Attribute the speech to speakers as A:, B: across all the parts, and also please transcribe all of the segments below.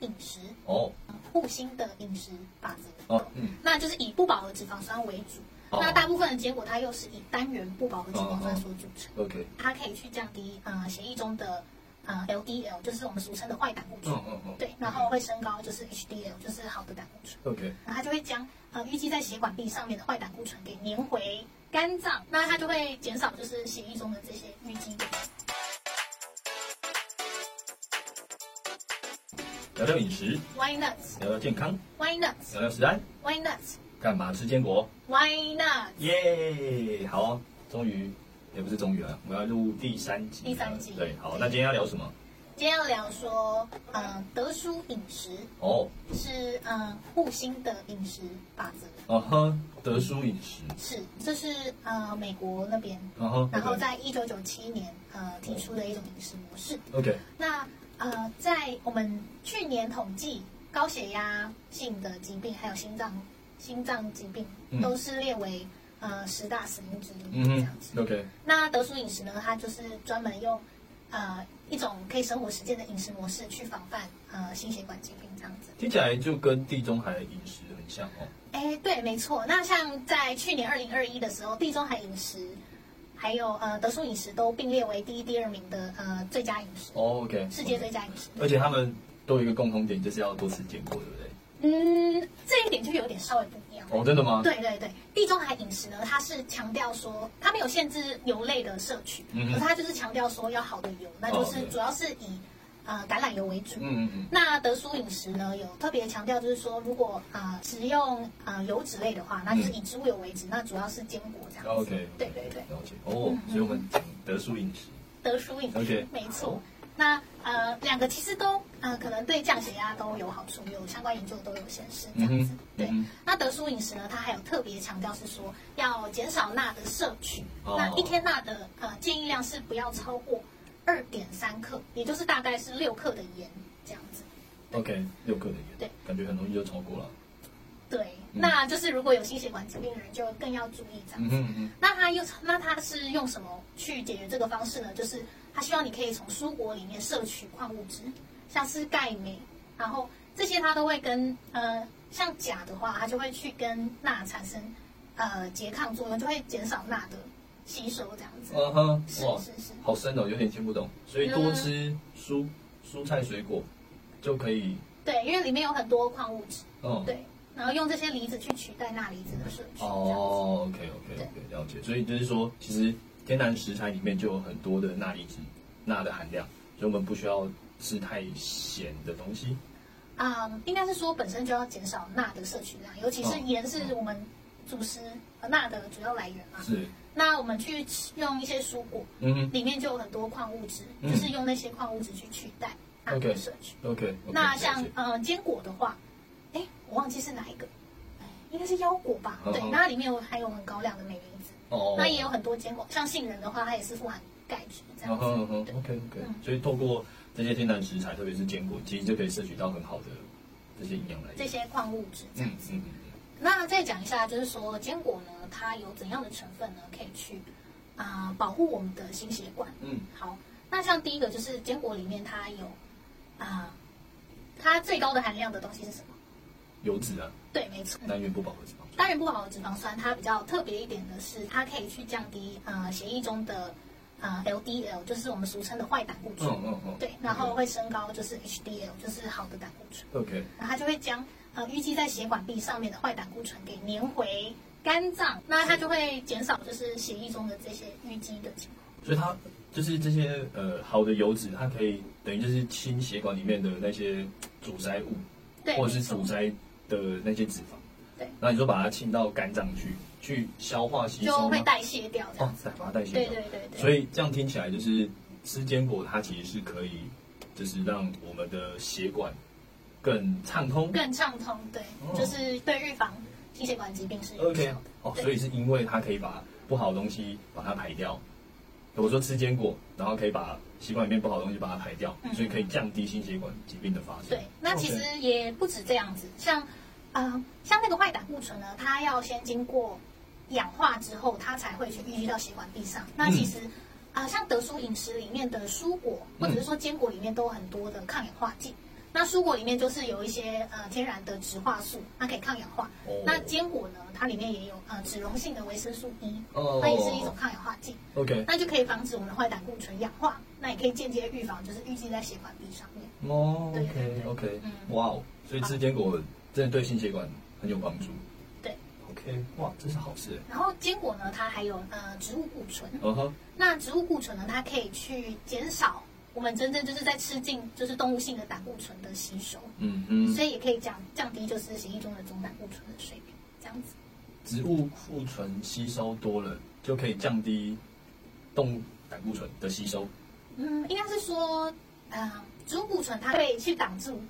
A: 饮食，
B: 哦，
A: 呃护心的饮食法则。
B: 哦，嗯，
A: 那就是以不饱和脂肪酸为主。
B: 哦
A: 那大部分的结果，它又是以单元不饱和脂肪酸所组成，
B: ，OK，
A: 它可以去降低呃血液中的呃 LDL，就是我们俗称的坏胆固醇，
B: 嗯嗯嗯，
A: 对，然后会升高就是 HDL，就是好的胆固醇。
B: ，OK，
A: 然后它就会将呃淤积在血管壁上面的坏胆固醇给粘回肝脏，那它就会减少就是血液中的这些淤积。
B: 聊聊饮食，
A: Why nuts?
B: 聊聊健康，
A: Why nuts?
B: 聊聊食安，
A: Why nuts?
B: 干嘛吃坚果？
A: Why nuts?
B: 耶，好，哦终于，也不是终于了，我们要录第三集了，
A: 第三集
B: 对，好，那今天要聊什么？
A: 今天要聊说，呃，德叔饮食
B: 哦，
A: 是呃护心的饮食法则，
B: 嗯哼，德叔饮食，
A: 是这是呃美国那边，
B: 嗯哼，
A: 然后在一九九七年呃提出的一种饮食模式。
B: OK，
A: 那呃，在我们去年统计，高血压性的疾病还有心脏心脏疾病
B: 嗯
A: 都是列为、呃十大死因之一
B: 嗯
A: 这样子。
B: 哼，OK，
A: 那德叔饮食呢，它就是专门用呃一种可以生活实践的饮食模式去防范呃心血管疾病这样子。
B: 听起来就跟地中海饮食很像哦。
A: 哎，对，没错。那像在去年二零二一的时候，地中海饮食。还有呃，德叔饮食都并列为第一、第二名的呃最佳饮食，
B: 哦 OK，
A: 世界最佳饮食。
B: 而且他们都有一个共同点，就是要多吃坚果，对不对？
A: 嗯，这一点就有点稍微不一样。
B: 哦，真的吗？，
A: 对对对，地中海饮食呢，它是强调说，它没有限制油类的摄取，
B: 嗯哼
A: 可是它就是强调说要好的油，那就是
B: 哦对
A: 主要是以呃橄榄油为主。
B: 嗯嗯嗯，
A: 那德叔饮食呢，有特别强调就是说，如果啊、呃食用呃油脂类的话，那就是以植物油为主，那主要是坚果这样子。哦
B: OK，
A: 对对对，
B: 了解。哦，所以我们讲德叔饮食，
A: 德叔饮食
B: OK
A: 没错。那呃，两个其实都呃，可能对降血压都有好处，有相关研究都有显示这
B: 嗯
A: 样子。
B: 哼，
A: 对，
B: 嗯
A: 那德叔饮食呢，它还有特别强调是说要减少钠的摄取，
B: 哦
A: 那一天钠的呃建议量是不要超过二点三克，也就是大概是六克的盐这样子。
B: 哼，OK，六克的盐，
A: 对，
B: 感觉很容易就超过了。
A: 对，
B: 嗯
A: 那就是如果有心血管疾病的人就更要注意这样
B: 嗯
A: 子。
B: 哼嗯
A: 那他又那他是用什么去解决这个方式呢？就是他希望你可以从蔬果里面摄取矿物质，像是钙、镁，然后这些它都会跟呃像钾的话，它就会去跟钠产生呃拮抗作用，就会减少钠的吸收这样子
B: 哼，。嗯哼，
A: 是
B: 哇，
A: 是是，
B: 好深哦，有点听不懂。所以多吃蔬蔬菜水果就可以，
A: 对，因为里面有很多矿物质，
B: 嗯，
A: 对，然后用这些离子去取代钠离子的摄取，这样子。
B: 哦，OK OK OK，了解。所以就是说，其实天然食材里面就有很多的钠离子、钠的含量，所以我们不需要吃太咸的东西。
A: 啊、应该是说本身就要减少钠的摄取量，尤其是
B: 嗯
A: 盐是我们主食呃钠的主要来源嘛。
B: 是，
A: 那我们去吃用一些蔬果，
B: 嗯哼
A: 里面就有很多矿物质，
B: 嗯
A: 就是用那些矿物质去取代钠的
B: OK
A: 摄取。
B: ，OK。
A: 那像呃坚果的话，哎，我忘记是哪一个，哎应该是腰果吧？
B: 嗯
A: 对
B: 嗯，
A: 那它里面有含有很高量的镁离子，
B: 哦，
A: 那也有很多坚果，像杏仁的话，它也是富含钙质这
B: 嗯
A: 样
B: 哼
A: 子。
B: 嗯哼
A: 对
B: ，OK OK，
A: 嗯
B: 所以透过这些天然食材，特别是坚果，其实就可以摄取到很好的这些营养来源。
A: 这些矿物质这
B: 嗯
A: 样子。
B: 嗯嗯
A: 那再讲一下，就是说坚果呢，它有怎样的成分呢？可以去啊、保护我们的心血管。
B: 嗯
A: 好，那像第一个就是坚果里面它有啊、它最高的含量的东西是什么？
B: 嗯，油脂啊，
A: 对，没错。
B: 单元不饱和脂肪酸。
A: 单元不饱和脂肪酸，它比较特别一点的是，它可以去降低呃血液中的呃 LDL，就是我们俗称的坏胆固醇。
B: 嗯嗯嗯，
A: 对，然后会升高就是 HDL，就是好的胆固醇，
B: OK，
A: 然后它就会将呃淤积在血管壁上面的坏胆固醇给粘回肝脏，那它就会减少就是血液中的这些淤积的情况。
B: 所以它就是这些呃好的油脂，它可以等于就是清血管里面的那些阻塞物，
A: 对，
B: 或者是
A: 没错
B: 阻塞的那些脂肪。
A: 对，
B: 那你就把它清到肝脏去，去消化吸收
A: 就
B: 吗，
A: 会代谢掉这
B: 哦
A: 样子。，
B: 再把它代谢掉。
A: 对对对对。
B: 所以这样听起来就是吃坚果，它其实是可以，就是让我们的血管更畅通。
A: 更畅通，对，
B: 哦
A: 就是对预防心血管疾病是有效
B: OK，
A: 的。
B: 哦，
A: 对
B: 所以是因为它可以把不好的东西把它排掉。我说吃坚果，然后可以把血管里面不好的东西把它排掉，
A: 嗯
B: 所以可以降低心血管疾病的发生。
A: 对，那其
B: OK
A: 实也不止这样子，像，呃，像那个坏胆固醇呢，它要先经过氧化之后，它才会去淤积到血管壁上。那
B: 嗯
A: 其实，呃
B: 嗯
A: 啊、像德叔饮食里面的蔬果或者是说坚果里面都有很多的抗氧化剂，那蔬果里面就是有一些呃天然的植化素，它可以抗氧化。
B: 哦
A: 那坚果呢，它里面也有呃脂溶性的维生素 E，
B: 哦
A: 它也是一种抗氧化剂，
B: OK，
A: 那就可以防止我们的坏胆固醇氧化，那也可以间接预防，就是淤积在血管壁上面。
B: 哦
A: 对对
B: ，OK
A: 对
B: OK，
A: 嗯
B: 哇哦，所以吃坚果真的对心血管很有帮助。
A: 对
B: ，OK，哇，这是好事。
A: 然后坚果呢，它还有呃植物固醇，
B: 嗯哼，
A: 那植物固醇呢，它可以去减少我们真正就是在吃进就是动物性的胆固醇的吸收，
B: 嗯嗯，
A: 所以也可以降降低就是血液中的总胆固醇的水平，这样子。
B: 植物库存吸收多了，就可以降低动物胆固醇的吸收。
A: 嗯，应该是说，呃，植物固醇它会去挡住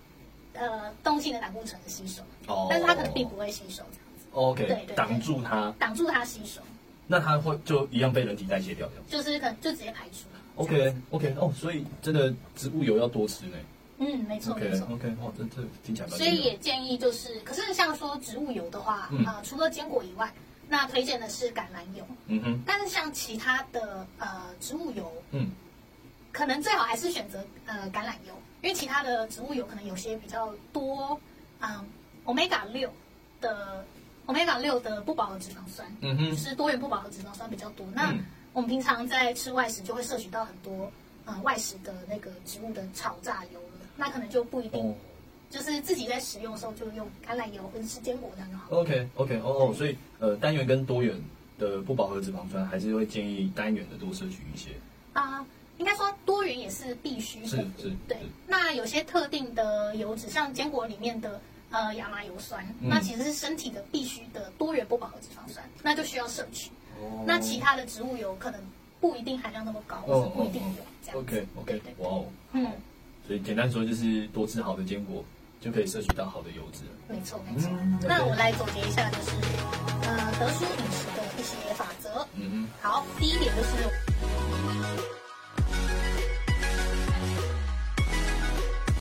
A: 呃动物性的胆固醇的吸收，
B: 哦
A: 但是它可能并不会吸收这样子，对
B: OK，
A: 对对
B: 挡住它，
A: 挡住它吸收，
B: 那它会就一样被人体代谢掉这样。
A: 就是可能就直接排出。
B: OK OK，哦，所以真的植物油要多吃呢。
A: 嗯，没错
B: OK
A: 没错。
B: OK，哇，这这听起来蛮
A: 所
B: 健
A: 以
B: 康
A: 也建议就是，可是像说植物油的话，
B: 嗯
A: 呃，除了坚果以外，那推荐的是橄榄油。
B: 嗯哼
A: 但是像其他的呃植物油，
B: 嗯
A: 可能最好还是选择呃橄榄油，因为其他的植物油可能有些比较多，嗯、omega 六的 omega 六的不饱和脂肪酸，
B: 嗯
A: 就
B: 哼
A: 是多元不饱和脂肪酸比较多。那
B: 嗯
A: 我们平常在吃外食就会摄取到很多呃外食的那个植物的炒炸油了，那可能就不一定，
B: 哦。
A: 就是自己在使用的时候就用橄榄油或者是坚果这样就好了。
B: OK OK 哦、所以呃单元跟多元的不饱和脂肪酸还是会建议单元的多摄取一些，
A: 啊、应该说多元也是必须
B: 是
A: 的。
B: 是
A: 对，那有些特定的油脂，像坚果里面的呃亚麻油酸，
B: 嗯
A: 那其实是身体的必须的多元不饱和脂肪酸，那就需要摄取。
B: 哦
A: 那其他的植物油可能不一定含量那么高，或
B: 哦
A: 者不一定有这样子。
B: OK OK
A: 对对对
B: 哇哦，
A: 嗯，
B: 所以简单说就是多吃好的坚果就可以摄取到好的油脂了。
A: 没错没错
B: 嗯。
A: 那我来总结一下，就是呃德叔饮食的一些法则。
B: 嗯哼。
A: 好，第一点就是。